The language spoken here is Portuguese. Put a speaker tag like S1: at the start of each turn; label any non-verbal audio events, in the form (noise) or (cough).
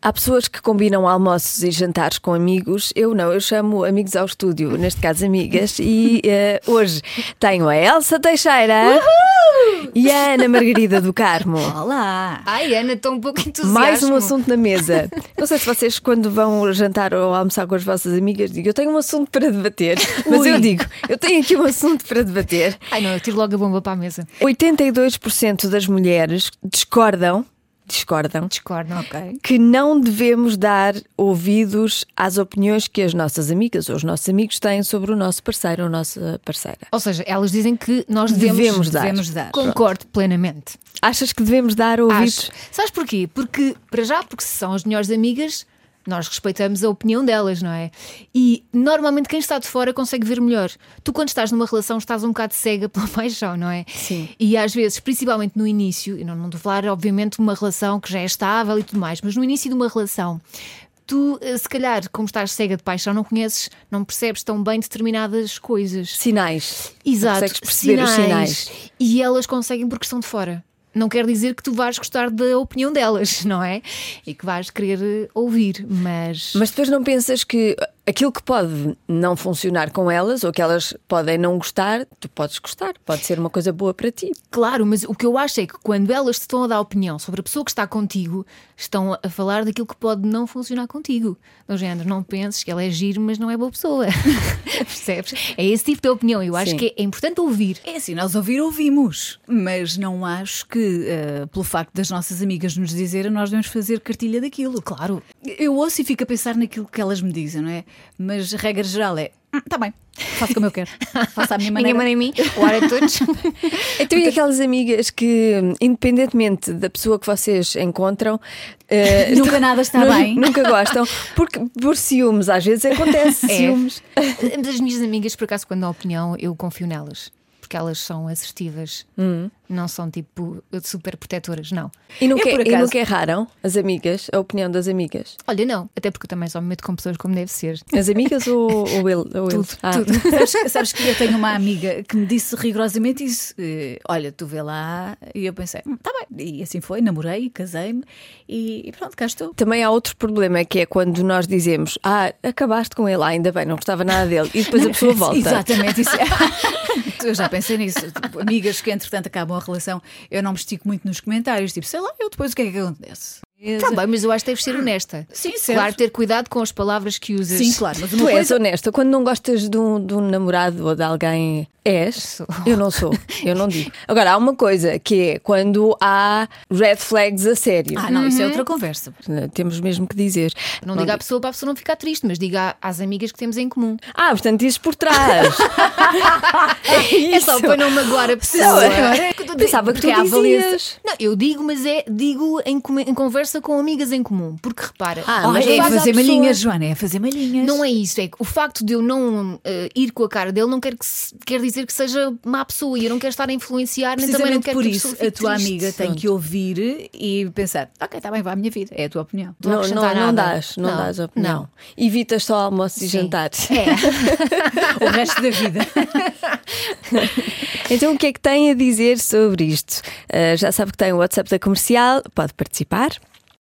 S1: Há pessoas que combinam almoços e jantares com amigos. Eu não, eu chamo amigos ao estúdio, neste caso amigas. E eh, hoje tenho a Elsa Teixeira e a Ana Margarida do Carmo.
S2: Olá!
S3: Ai, Ana, estou um pouco entusiasta.
S1: Mais um assunto na mesa. Não sei se vocês, quando vão jantar ou almoçar com as vossas amigas, digam eu tenho um assunto para debater. Mas eu digo, eu tenho aqui um assunto para debater.
S2: Ai não, eu tiro logo a bomba para a mesa.
S1: 82% das mulheres discordam, discordam,
S2: Discordo.
S3: Ok.
S1: que não devemos dar ouvidos às opiniões que as nossas amigas ou os nossos amigos têm sobre o nosso parceiro ou nossa parceira.
S2: Ou seja, elas dizem que nós devemos,
S1: Devemos dar.
S3: Devemos dar.
S2: Concordo plenamente.
S1: Achas que devemos dar ouvidos?
S2: Acho. Sabes porquê? Porque, para já, porque se são as melhores amigas, nós respeitamos a opinião delas, não é? E normalmente quem está de fora consegue ver melhor. Tu, quando estás numa relação, estás um bocado cega (laughs) pela paixão, não é?
S1: Sim.
S2: E às vezes, principalmente no início, e não, não estou a falar, obviamente, de uma relação que já é estável e tudo mais, mas no início de uma relação. Tu, eh, se calhar, como estás cega de paixão, não conheces, não percebes tão bem determinadas coisas.
S1: Sinais.
S2: Exato,
S1: Consegues perceber os sinais.
S2: E elas conseguem porque estão de fora. Não quer dizer que tu vais gostar da opinião delas, (laughs) não é? E que vais querer eh, ouvir, mas.
S1: Mas depois não pensas que aquilo que pode não funcionar com elas ou que elas podem não gostar, tu podes gostar, pode ser uma coisa boa para ti.
S2: Claro, mas o que eu acho é que quando elas te estão a dar opinião sobre a pessoa que está contigo, estão a- a falar daquilo que pode não funcionar contigo. Do género, não penses que ela é giro, mas não é boa pessoa. (laughs) Percebes? É esse tipo de opinião. Eu acho
S1: Sim.
S2: que é importante ouvir.
S3: É assim, nós ouvir, ouvimos, mas não acho que, eh, pelo facto das nossas amigas nos dizerem, nós devemos fazer cartilha daquilo.
S2: Claro.
S3: Eu ouço e fico a pensar naquilo que elas me dizem, não é? Mas a regra geral é: está bem, faço como eu quero, faço à minha maneira.
S2: (laughs) Ninguém manda em mim, o ar é todos.
S1: Então, e aquelas amigas que, independentemente da pessoa que vocês encontram, eh,
S3: Nunca nada está
S1: nu-
S3: bem.
S1: Nunca gostam, porque por ciúmes, às vezes
S3: (laughs)
S1: acontece
S2: É.
S1: ciúmes.
S2: (laughs) Mas as minhas amigas, por acaso, quando dão opinião, eu confio nelas. Porque elas são assertivas. Não são tipo super protetoras, não.
S1: E nunca, é-
S3: Eu, por
S1: e
S3: acaso-
S1: nunca erraram as amigas, a opinião das amigas.
S2: Olha, não. Até porque eu também só me meto com pessoas como deve ser. Tá
S1: As amigas ou, ou ele? Ou ele? Ah,
S3: (laughs) sabes, sabes que eu tenho uma amiga que me disse rigorosamente isso. Eh, Olha, tu vê lá. E eu pensei, "Hum, tá bem. E assim foi, namorei, casei-me e, e pronto, cá estou.
S1: Também há outro problema que é quando nós dizemos Ah, acabaste com ele, ah, ainda bem, não gostava nada dele, e depois a
S3: (laughs)
S1: pessoa volta.
S3: Exatamente isso. é.
S2: (laughs)
S3: eu já pensei nisso. Tipo, amigas que entretanto acabam a relação, eu não me estico muito nos comentários. Tipo, sei lá, eu depois o que é que acontece?
S2: Tá bem, mas eu acho que deves ser honesta.
S3: Sim, certo.
S2: Claro, ter cuidado com as palavras que usas.
S3: Sim, claro, mas uma
S1: Tu és
S3: coisa.
S1: honesta, quando não gostas de um, de um namorado ou de alguém, és? Eu não sou, eu não
S2: (laughs)
S1: digo. Agora, há uma coisa que é quando há red flags a sério.
S3: Ah, não, isso é
S2: Uhum.
S3: outra conversa.
S1: Temos mesmo que dizer.
S2: Não diga à pessoa para a pessoa não ficar triste, mas diga à- às amigas que temos em comum.
S1: Ah, portanto, dizes por trás.
S2: (laughs) É só
S1: Isso.
S2: para não magoar a pessoa. É que eu tô a dizer,
S1: Pensava que
S2: porque
S1: tu
S2: há valência.
S1: dizias.
S2: Não, eu digo, mas é digo em, come- em conversa com amigas em comum. Porque repara,
S1: Ah, mas
S3: Oh, é
S1: vais à
S3: fazer
S1: pessoa.
S3: malhinhas, Joana, é fazer malhinhas.
S2: Não é isso, é que o facto de eu não eh, ir com a cara dele não quer, que se- quer dizer que seja má pessoa e eu não quero estar a influenciar, nem também não
S3: Precisamente
S2: quero
S3: por
S2: que a
S3: isso,
S2: pessoa
S3: a
S2: fique
S3: tua
S2: triste.
S3: amiga tem que ouvir e pensar: ok, está bem, vai à minha vida, é a tua opinião.
S1: Não,
S2: não
S1: não,
S2: acrescentar
S1: não
S2: nada.
S1: dás, não,
S2: Não,
S1: dás opinião.
S2: não.
S1: Evitas só almoços e
S2: Sim.
S1: jantares.
S2: É,
S3: O resto da vida.
S1: Então, o que é que tem a dizer sobre isto? Ah, já sabe que tem o WhatsApp da comercial, pode participar.